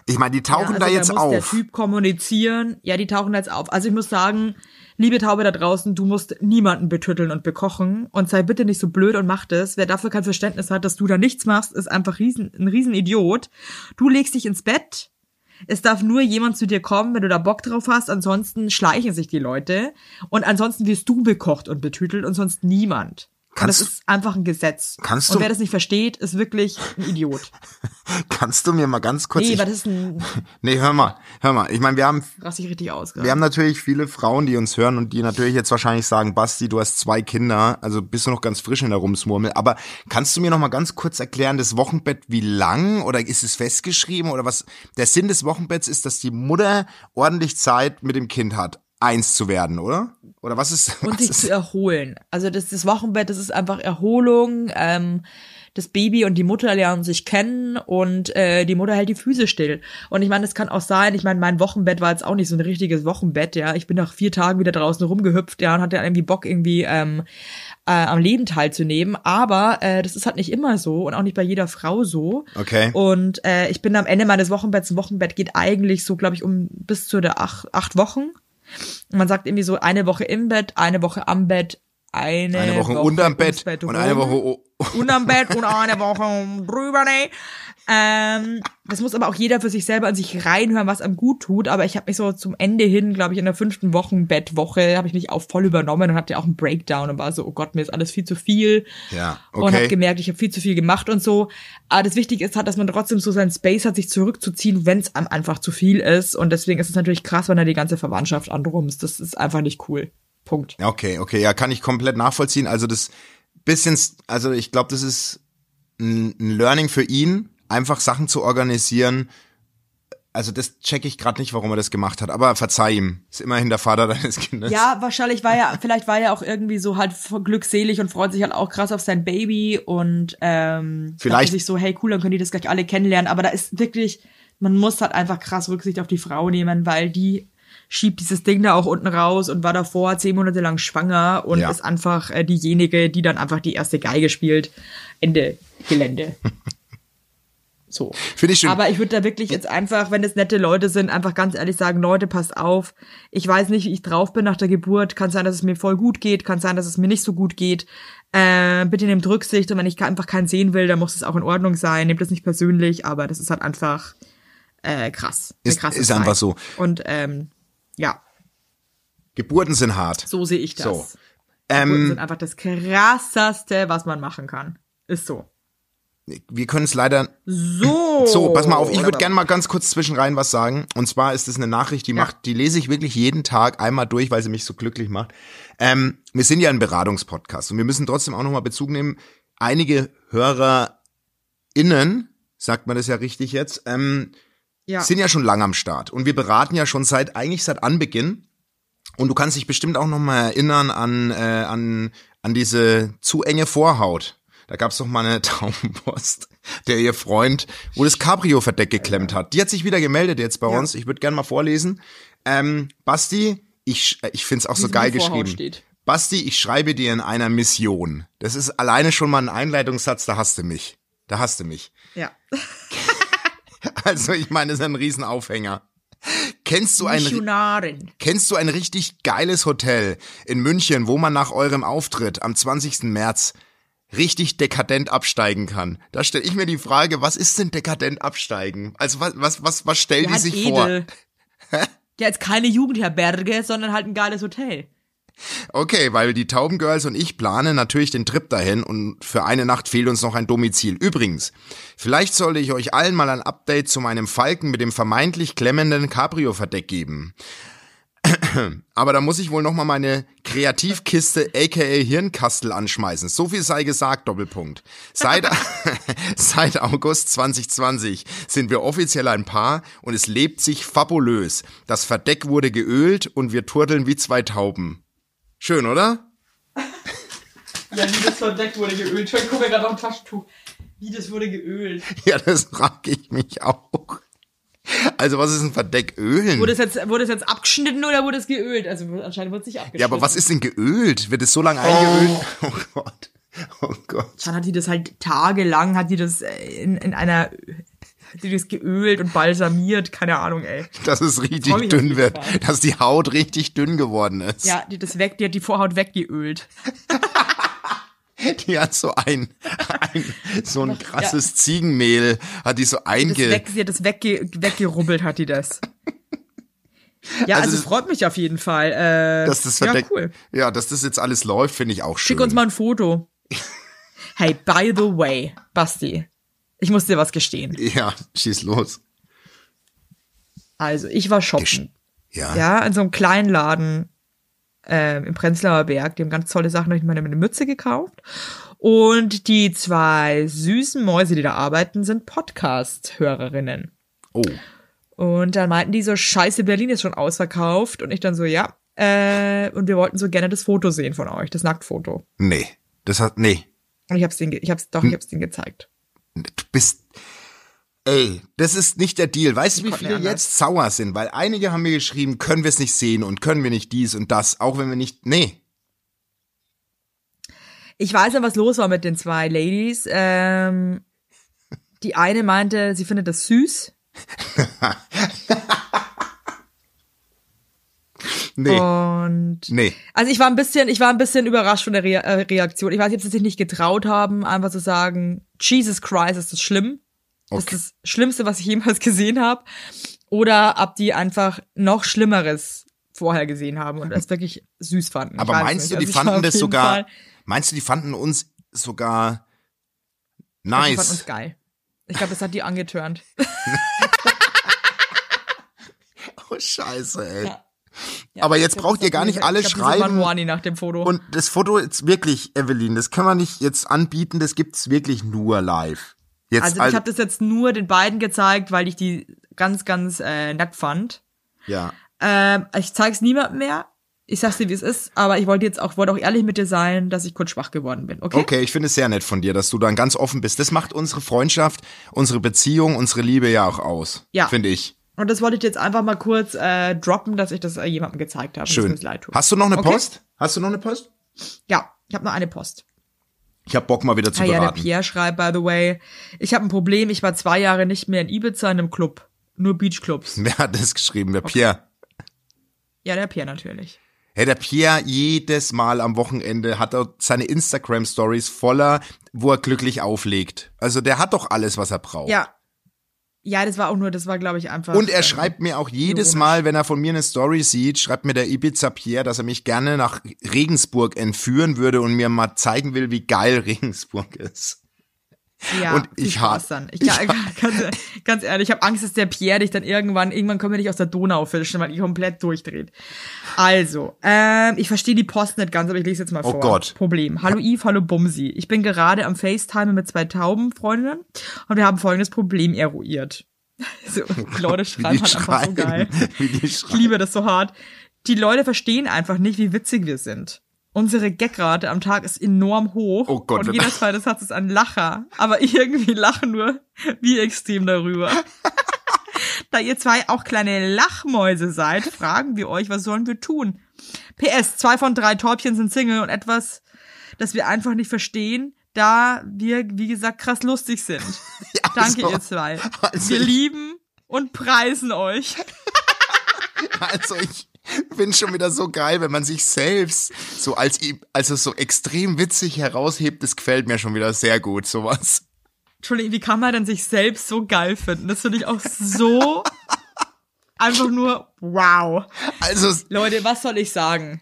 B: Ich meine, die tauchen
C: Ja,
B: da
C: also
B: jetzt
C: muss Der
B: auf.
C: Typ kommunizieren. Ja, die tauchen da jetzt auf. Also ich muss sagen, liebe Taube da draußen, du musst niemanden betütteln und bekochen und sei bitte nicht so blöd und mach das. Wer dafür kein Verständnis hat, dass du da nichts machst, ist einfach riesen, ein Riesenidiot. Du legst dich ins Bett. Es darf nur jemand zu dir kommen, wenn du da Bock drauf hast. Ansonsten schleichen sich die Leute. Und ansonsten wirst du bekocht und betütelt und sonst niemand. Und
B: Kannst
C: das ist einfach ein Gesetz.
B: kannst
C: und
B: du-
C: wer das nicht versteht, ist wirklich ein Idiot.
B: Kannst du mir mal ganz kurz,
C: Nee,
B: ich,
C: was ist ein,
B: nee, hör mal, hör mal. Ich meine, wir haben
C: raste ich richtig aus. gerade.
B: Wir haben natürlich viele Frauen, die uns hören und die natürlich jetzt wahrscheinlich sagen, Basti, du hast zwei Kinder, also bist du noch ganz frisch in der Rumsmurmel. Aber kannst du mir noch mal ganz kurz erklären, das Wochenbett, wie lang oder ist es festgeschrieben oder was? Der Sinn des Wochenbetts ist, dass die Mutter ordentlich Zeit mit dem Kind hat, eins zu werden, oder? Oder was ist?
C: Und
B: was
C: sich
B: ist,
C: zu erholen. Also das, das Wochenbett, das ist einfach Erholung. Ähm, das Baby und die Mutter lernen sich kennen und äh, die Mutter hält die Füße still. Und ich meine, es kann auch sein, ich meine, mein Wochenbett war jetzt auch nicht so ein richtiges Wochenbett, ja. Ich bin nach vier Tagen wieder draußen rumgehüpft, ja, und hatte irgendwie Bock, irgendwie ähm, äh, am Leben teilzunehmen. Aber äh, das ist halt nicht immer so und auch nicht bei jeder Frau so.
B: Okay.
C: Und äh, ich bin am Ende meines Wochenbetts. Ein Wochenbett geht eigentlich so, glaube ich, um bis zu der ach, acht Wochen. Und man sagt irgendwie so eine Woche im Bett, eine Woche am Bett, eine,
B: eine Woche, unterm
C: ums
B: Bett, und eine
C: rum,
B: Woche o-
C: unterm Bett und eine Woche drüber, ne? Ähm, das muss aber auch jeder für sich selber an sich reinhören, was einem gut tut. Aber ich habe mich so zum Ende hin, glaube ich, in der fünften Wochenbettwoche, habe ich mich auch voll übernommen und hatte auch einen Breakdown und war so, oh Gott, mir ist alles viel zu viel.
B: Ja,
C: Und
B: okay.
C: habe gemerkt, ich habe viel zu viel gemacht und so. Aber das Wichtige ist halt, dass man trotzdem so seinen Space hat, sich zurückzuziehen, wenn es einem einfach zu viel ist. Und deswegen ist es natürlich krass, wenn da die ganze Verwandtschaft anrumst. Das ist einfach nicht cool. Punkt.
B: Ja, Okay, okay, ja, kann ich komplett nachvollziehen. Also das bisschen, also ich glaube, das ist ein, ein Learning für ihn, einfach Sachen zu organisieren. Also das checke ich gerade nicht, warum er das gemacht hat. Aber verzeih ihm, ist immerhin der Vater deines Kindes.
C: Ja, wahrscheinlich war er, vielleicht war er auch irgendwie so halt glückselig und freut sich halt auch krass auf sein Baby und ähm,
B: Vielleicht-
C: dachte sich so, hey cool, dann können die das gleich alle kennenlernen. Aber da ist wirklich, man muss halt einfach krass Rücksicht auf die Frau nehmen, weil die schiebt dieses Ding da auch unten raus und war davor zehn Monate lang schwanger und
B: Ja.
C: ist einfach äh, diejenige, die dann einfach die erste Geige spielt. Ende Gelände. so.
B: Finde ich schön.
C: Aber ich würde da wirklich jetzt einfach, wenn es nette Leute sind, einfach ganz ehrlich sagen, Leute, passt auf. Ich weiß nicht, wie ich drauf bin nach der Geburt. Kann sein, dass es mir voll gut geht. Kann sein, dass es mir nicht so gut geht. Äh, bitte nehmt Rücksicht. Und wenn ich ke- einfach keinen sehen will, dann muss es auch in Ordnung sein. Nehmt das nicht persönlich, aber das ist halt einfach äh, krass. Eine
B: Ist-
C: krasse
B: ist einfach so.
C: Und ähm, ja,
B: Geburten sind hart.
C: so sehe ich das.
B: So.
C: Geburten
B: Ähm,
C: sind einfach das krasseste, was man machen kann. Ist so.
B: wir können es leider
C: So.
B: So, pass mal auf, ich
C: Oder
B: würde gerne mal ganz kurz zwischenrein was sagen. Und zwar ist es eine Nachricht, die macht, die lese ich wirklich jeden Tag einmal durch, weil sie mich so glücklich macht. Ähm, wir sind ja ein Beratungspodcast und wir müssen trotzdem auch nochmal Bezug nehmen. Einige HörerInnen, sagt man das ja richtig jetzt, ähm,
C: Ja.
B: sind ja schon lang am Start und wir beraten ja schon seit eigentlich seit Anbeginn. Und du kannst dich bestimmt auch noch mal erinnern an äh, an an diese zu enge Vorhaut. Da gab's doch mal eine Taubenpost, der ihr Freund, wo das Cabrio verdeckt geklemmt hat. Die hat sich wieder gemeldet jetzt bei uns. Ich würde gerne mal vorlesen. Ähm, Basti, ich sch- äh, ich find's auch so
C: Wie
B: geil
C: sie im Vorhaut
B: geschrieben.
C: steht.
B: Basti, ich schreibe dir in einer Mission. Das ist alleine schon mal ein Einleitungssatz. Da hast du mich. Da hast du mich.
C: Ja.
B: Also ich meine, das ist ein Riesenaufhänger. Kennst du ein,
C: Missionarin.
B: kennst du ein richtig geiles Hotel in München, wo man nach eurem Auftritt am 20. März richtig dekadent absteigen kann. Da stelle ich mir die Frage, was ist denn dekadent absteigen? Also was, was, was, was stellen die
C: halt
B: sich vor?
C: edel. Ja, jetzt keine Jugendherberge, sondern halt ein geiles Hotel.
B: Okay, weil die Taubengirls und ich planen natürlich den Trip dahin und für eine Nacht fehlt uns noch ein Domizil. Übrigens, vielleicht sollte ich euch allen mal ein Update zu meinem Falken mit dem vermeintlich klemmenden Cabrio-Verdeck geben. Aber da muss ich wohl nochmal meine Kreativkiste aka Hirnkastel anschmeißen. So viel sei gesagt, Doppelpunkt. Seit, seit August 2020 sind wir offiziell ein Paar und es lebt sich fabulös. Das Verdeck wurde geölt und wir turteln wie zwei Tauben. Schön, oder?
C: Ja, wie das Verdeck wurde geölt. Ich gucke gerade auf ein Taschentuch. Wie das wurde geölt.
B: Ja, das frage ich mich auch. Also was ist ein Verdeck? Ölen?
C: Wurde es jetzt, wurde es jetzt abgeschnitten oder wurde es geölt? Also anscheinend wurde es nicht abgeschnitten.
B: Ja, aber was ist denn geölt? Wird es so lange eingeölt? Oh Gott. Oh Gott.
C: Dann hat die das halt tagelang, hat die das äh, in, in einer, hat die das geölt und balsamiert, keine Ahnung, ey.
B: Dass es
C: Freu mich
B: richtig
C: auf
B: dünn
C: jeden
B: wird.
C: Fall.
B: Dass die Haut richtig dünn geworden ist.
C: Ja, die hat das weg, die hat die Vorhaut weggeölt.
B: Die hat so ein, ein so ein krasses Ziegenmehl, hat die so
C: Das
B: einge...
C: weg, sie hat das wegge weggerubbelt, hat die das. Ja, also,
B: das-
C: freut mich auf jeden Fall. Äh,
B: dass das
C: ja,
B: Verdeck,
C: cool.
B: ja, dass das jetzt alles läuft, finde ich auch schön.
C: Schick uns mal ein Foto. Hey, by the way, Basti, ich muss dir was gestehen.
B: Ja, schieß los.
C: Also, ich war shoppen.
B: Ja.
C: Ja, in so einem kleinen Laden ähm, im Prenzlauer Berg. Die haben ganz tolle Sachen, da habe ich mir eine Mütze gekauft. Und die zwei süßen Mäuse, die da arbeiten, sind Podcast-Hörerinnen.
B: Oh.
C: Und dann meinten die so, scheiße, Berlin ist schon ausverkauft. Und ich dann so, ja. Äh, und wir wollten so gerne das Foto sehen von euch, das Nacktfoto.
B: Nee. Das hat, nee.
C: Und ich hab's denen, ge- ich hab's,
B: Hm.
C: doch, ich hab's denen gezeigt.
B: Du bist. Ey, das ist nicht der Deal. Weißt du, wie
C: konnte
B: viele
C: nicht anders.
B: jetzt sauer sind? Weil einige haben mir geschrieben, können wir es nicht sehen und können wir nicht dies und das, auch wenn wir nicht. Nee.
C: Ich weiß ja, was los war mit den zwei Ladies. Ähm, die eine meinte, sie findet das süß.
B: Nee.
C: Und
B: Nee.
C: also ich war ein bisschen, ich war ein bisschen überrascht von der Re äh, Reaktion. Ich weiß nicht, ob sie sich nicht getraut haben, einfach zu sagen, Jesus Christ, ist das schlimm. Das
B: Okay.
C: ist das Schlimmste, was ich jemals gesehen habe. Oder ob die einfach noch Schlimmeres vorher gesehen haben und das wirklich süß fanden. Ich
B: Aber
C: weiß
B: meinst
C: nicht.
B: du, die
C: Also ich war auf
B: fanden das
C: jeden
B: sogar.
C: Fall-
B: Meinst du, die fanden uns sogar
C: Die fanden uns
B: nice?
C: geil. Ich glaube, das hat die angetörnt.
B: Oh, scheiße, ey.
C: Ja.
B: Aber jetzt
C: Ich glaub,
B: braucht
C: das
B: ihr gar
C: hat die-
B: nicht alle
C: ich glaub, die
B: schreiben.
C: sind Manuani nach dem Foto.
B: Und das Foto ist wirklich, Evelyn, das kann man nicht jetzt anbieten, das gibt's wirklich nur live. Jetzt
C: also ich
B: als-
C: habe das jetzt nur den beiden gezeigt, weil ich die ganz, ganz äh, nackt fand.
B: ja.
C: Ähm, ich zeig's niemandem mehr. Ich sag's dir, wie es ist, aber ich wollte jetzt auch, wollte auch ehrlich mit dir sein, dass ich kurz schwach geworden bin. Okay?
B: Okay, ich finde es sehr nett von dir, dass du dann ganz offen bist. Das macht unsere Freundschaft, unsere Beziehung, unsere Liebe ja auch aus.
C: Ja.
B: Finde ich.
C: Und das wollte ich jetzt einfach mal kurz äh, droppen, dass ich das äh, jemandem gezeigt habe.
B: Schön.
C: Das leid tut.
B: Hast du noch eine
C: Okay?
B: Post? Hast du noch eine Post?
C: Ja, ich habe noch eine Post.
B: Ich hab Bock mal wieder zu
C: Ah ja, der
B: beraten.
C: Pierre schreibt, by the way, ich habe ein Problem, ich war zwei Jahre nicht mehr in Ibiza in einem Club. Nur Beachclubs.
B: Wer hat das geschrieben? Der Pierre.
C: Ja, der Pierre natürlich.
B: Hey, der Pierre jedes Mal am Wochenende hat er seine Instagram Stories voller, wo er glücklich auflegt. Also der hat doch alles, was er braucht.
C: Ja. Ja, das war auch nur, das war, glaube ich, einfach.
B: Und er
C: äh,
B: schreibt mir auch jedes Mal, wenn er von mir eine Story sieht, schreibt mir der Ibiza Pierre, dass er mich gerne nach Regensburg entführen würde und mir mal zeigen will, wie geil Regensburg ist.
C: Ja,
B: Und
C: viel
B: ich
C: Spaß
B: hab-
C: dann. Ich, ja, ganz, ganz ehrlich, ich habe Angst, dass der Pierre dich dann irgendwann, irgendwann können wir dich aus der Donau fischen, weil ihr komplett durchdreht. Also, ähm, ich verstehe die Post nicht ganz, aber ich lese jetzt mal
B: Oh
C: vor.
B: Gott.
C: Problem. Hallo Yves, hallo Bumsi. Ich bin gerade am FaceTime mit zwei Taubenfreundinnen und wir haben folgendes Problem eruiert. So, die Leute schreiben halt einfach so geil.
B: wie die
C: Ich
B: schreiben.
C: liebe das so hart. Die Leute verstehen einfach nicht, wie witzig wir sind. Unsere Gagrate am Tag ist enorm hoch.
B: Oh Gott,
C: und
B: wenn-
C: jedes Mal des Satzes ist ein Lacher. Aber irgendwie lachen nur wir extrem darüber. da ihr zwei auch kleine Lachmäuse seid, fragen wir euch, was sollen wir tun? PS, zwei von drei Täubchen sind Single und etwas, das wir einfach nicht verstehen, da wir, wie gesagt, krass lustig sind. Danke,
B: also-
C: ihr zwei.
B: also
C: wir
B: ich-
C: lieben und preisen euch.
B: Also ich, finde schon wieder so geil, wenn man sich selbst so als, i- als es so extrem witzig heraushebt, das gefällt mir schon wieder sehr gut, sowas.
A: Entschuldigung, wie kann man denn sich selbst so geil finden? Das finde ich auch so einfach nur wow.
B: Also,
A: Leute, was soll ich sagen?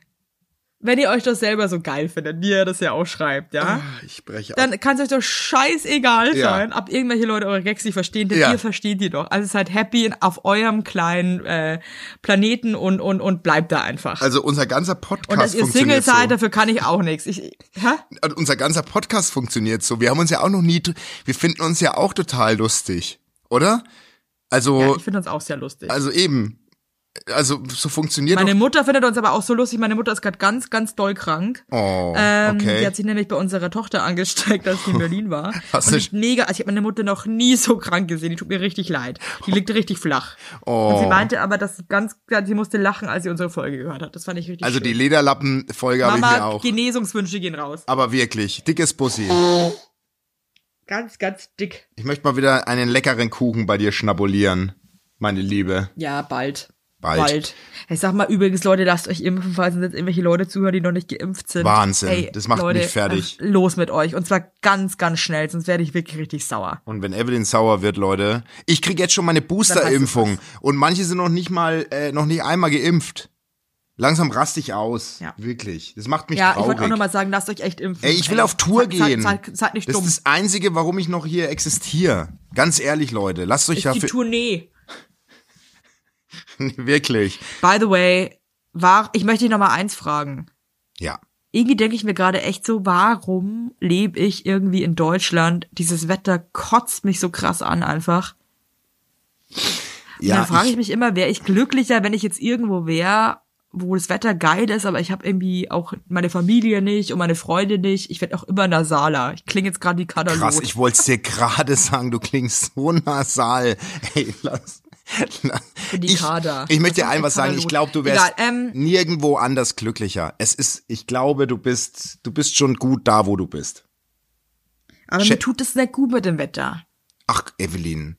A: Wenn ihr euch das selber so geil findet, wie ihr das ja auch schreibt, ja,
B: ich breche ab.
A: dann kann es euch doch scheißegal
B: Ah. Ja.
A: sein, ob irgendwelche Leute eure Gags nicht verstehen, denn
B: Ja.
A: ihr versteht die doch. Also seid happy in- auf eurem kleinen äh, Planeten und, und, und bleibt da einfach.
B: Also unser ganzer
A: und dass
B: Podcast
A: ihr Single
B: funktioniert
A: seid,
B: so.
A: dafür kann ich auch nichts. Ich, hä?
B: Also Unser ganzer Podcast funktioniert so. Wir haben uns ja auch noch nie, dr- wir finden uns ja auch total lustig, oder?
A: Ja,
B: Also,
A: ich finde uns auch sehr lustig.
B: also eben. Also so funktioniert
A: Meine
B: doch.
A: Mutter findet uns aber auch so lustig. Meine Mutter ist gerade ganz, ganz doll krank.
B: Oh,
A: Ähm, Die
B: okay.
A: hat sich nämlich bei unserer Tochter angesteckt, als sie in Berlin war.
B: Hast
A: und
B: du-
A: ich mega, also ich habe meine Mutter noch nie so krank gesehen. Die tut mir richtig leid. Die liegt richtig flach.
B: Oh,
A: Und sie meinte aber, dass sie ganz, sie musste lachen, als sie unsere Folge gehört hat. Das fand ich richtig
B: Also die
A: schön.
B: Lederlappen-Folge habe ich mir
A: Mama,
B: auch.
A: Genesungswünsche gehen raus.
B: Aber wirklich, dickes Bussi.
A: Ganz, ganz dick.
B: Ich möchte mal wieder einen leckeren Kuchen bei dir schnabulieren, meine Liebe.
A: Ja, bald.
B: Bald.
A: Ich sag mal übrigens, Leute, lasst euch impfen, falls uns jetzt irgendwelche Leute zuhören, die noch nicht geimpft sind.
B: Wahnsinn,
A: Ey,
B: das macht mich
A: Leute,
B: fertig.
A: ach, Los mit euch. Und zwar ganz, ganz schnell, sonst werde ich wirklich richtig sauer.
B: Und wenn Evelyn sauer wird, Leute, ich krieg jetzt schon meine Booster-Impfung und manche sind noch nicht mal, äh, noch nicht einmal geimpft. Langsam raste ich aus.
A: Ja.
B: Wirklich. Das macht mich
A: Ja, ich
B: traurig.
A: wollte auch nochmal sagen, lasst euch echt impfen. Also,
B: Ey, ich will auf Tour
A: seid- seid-
B: gehen.
A: Seid, seid nicht
B: das
A: dumm.
B: ist das Einzige, warum ich noch hier existiere. Ganz ehrlich, Leute, lasst euch
A: Ist die
B: dafür.
A: Tournee.
B: Wirklich.
A: By the way, war, ich möchte dich nochmal eins fragen.
B: Ja.
A: Irgendwie denke ich mir gerade echt so, warum lebe ich irgendwie in Deutschland? Dieses Wetter kotzt mich so krass an einfach.
B: Ja,
A: dann frage ich, mich immer, wäre ich glücklicher, wenn ich jetzt irgendwo wäre, wo das Wetter geil ist, aber ich habe irgendwie auch meine Familie nicht und meine Freunde nicht. Ich werde auch immer nasaler. Ich klinge jetzt gerade wie Katalog.
B: Krass, ich wollte es dir gerade sagen, du klingst so nasal. Ey, lass. lass-
A: Für die
B: Ich,
A: Kader.
B: ich möchte dir
A: Was
B: ein
A: macht
B: was
A: der Kader
B: sagen. Ich
A: los?
B: glaube, du wärst
A: Egal, ähm,
B: nirgendwo anders glücklicher. Es ist, ich glaube, du bist, du bist schon gut da, wo du bist.
A: aber
B: Che-
A: mir tut es nicht gut mit dem Wetter.
B: Ach, Evelyn.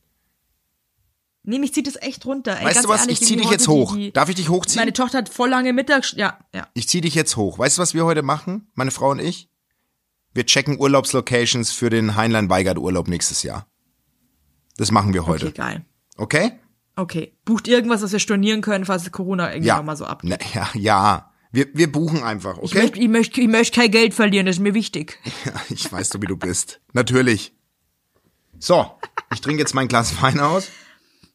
A: Nee, mich zieht es echt runter. Ey,
B: Weißt
A: ganz
B: du was?
A: Ehrlich,
B: Ich zieh
A: irgendwie
B: dich jetzt
A: heute
B: hoch.
A: Die, die,
B: Darf ich dich hochziehen?
A: meine Tochter hat voll lange Mittags... Ja, ja.
B: Ich zieh dich jetzt hoch. Weißt du, was wir heute machen? Meine Frau und ich? Wir checken Urlaubslocations für den Heinlein-Weigert-Urlaub nächstes Jahr. Das machen wir heute.
A: Okay, geil.
B: Okay?
A: Okay, bucht irgendwas, was wir stornieren können, falls Corona irgendwann
B: Ja.
A: mal so ab.
B: Na, ja, ja. Wir, wir buchen einfach,
A: Ich,
B: okay?
A: möchte, ich, möchte, ich möchte kein Geld verlieren, das ist mir wichtig.
B: Ich weiß doch, wie du bist. Natürlich. So, ich trinke jetzt mein Glas Wein aus.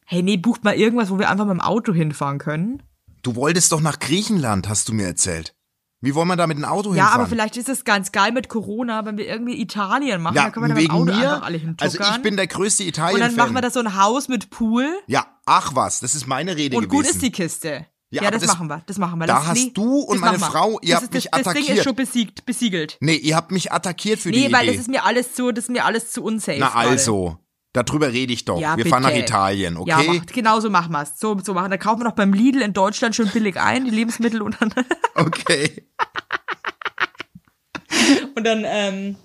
A: Hey, nee, bucht mal irgendwas, wo wir einfach mit dem Auto hinfahren können.
B: Du wolltest doch nach Griechenland, hast du mir erzählt. Wie wollen wir da mit dem Auto
A: Ja,
B: hinfahren?
A: aber vielleicht ist es ganz geil mit Corona, wenn wir irgendwie Italien machen,
B: ja,
A: dann können wir dann mit
B: wegen
A: dem Auto
B: mir.
A: einfach alle hintuckern.
B: Also ich bin der größte Italien-Fan.
A: Und dann machen wir das so ein Haus mit Pool
B: Ja, ach was, das ist meine Rede
A: und
B: gewesen.
A: gut ist die Kiste. Ja,
B: Ja, aber
A: das,
B: das-
A: machen wir, das machen wir.
B: da
A: Lass-
B: hast du und
A: das
B: meine
A: machen wir.
B: Frau, ihr
A: das ist,
B: habt mich
A: das, Das Ding
B: attackiert.
A: ist schon besiegt, besiegelt.
B: Nee, ihr habt mich attackiert für die
A: Nee, weil
B: Idee.
A: das ist mir alles zu, das ist mir alles zu unsafe.
B: Na
A: gerade.
B: also, darüber rede ich doch.
A: Ja,
B: wir fahren nach
A: bitte.
B: Italien,
A: Ja,
B: okay?
A: macht, genau so machen wir's. So, so machen. Da kaufen wir doch beim Lidl in Deutschland schön billig ein, die Lebensmittel und dann,
B: okay.
A: und dann, ähm,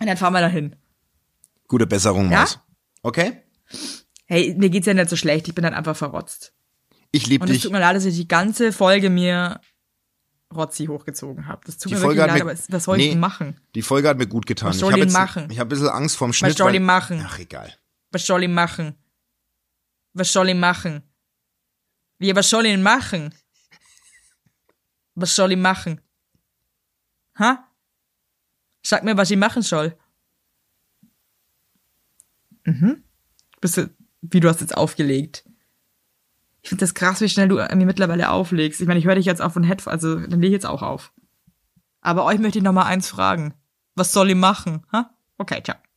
A: und dann fahren wir dahin.
B: Gute Besserung,
A: Ja?
B: Maus. Okay?
A: Hey, mir geht's ja nicht so schlecht, ich bin dann einfach verrotzt.
B: Ich liebe
A: Und es
B: dich.
A: tut mir leid, dass ich die ganze Folge mir Rotzi hochgezogen habe. Das tut
B: Die
A: mir
B: Folge
A: wirklich
B: hat
A: leid,
B: mir-
A: aber es- was soll ich
B: Nee.
A: denn machen?
B: Die Folge hat mir gut getan.
A: Was soll
B: ich
A: die
B: habe jetzt,
A: machen?
B: Ich habe ein bisschen Angst vorm Schnitt.
A: soll
B: weil-
A: die machen?
B: Ach, egal.
A: Was soll ich machen? Was soll ich machen? Ja, was soll ich denn machen? Was soll ich machen? Ha? Sag mir, was ich machen soll. Mhm. Bist du, wie du hast jetzt aufgelegt. Ich finde das krass, wie schnell du an mir mittlerweile auflegst. Ich meine, ich höre dich jetzt auch von Head, also dann lege ich jetzt auch auf. Aber euch möchte ich noch mal eins fragen. Was soll ich machen? Ha? Okay, ciao.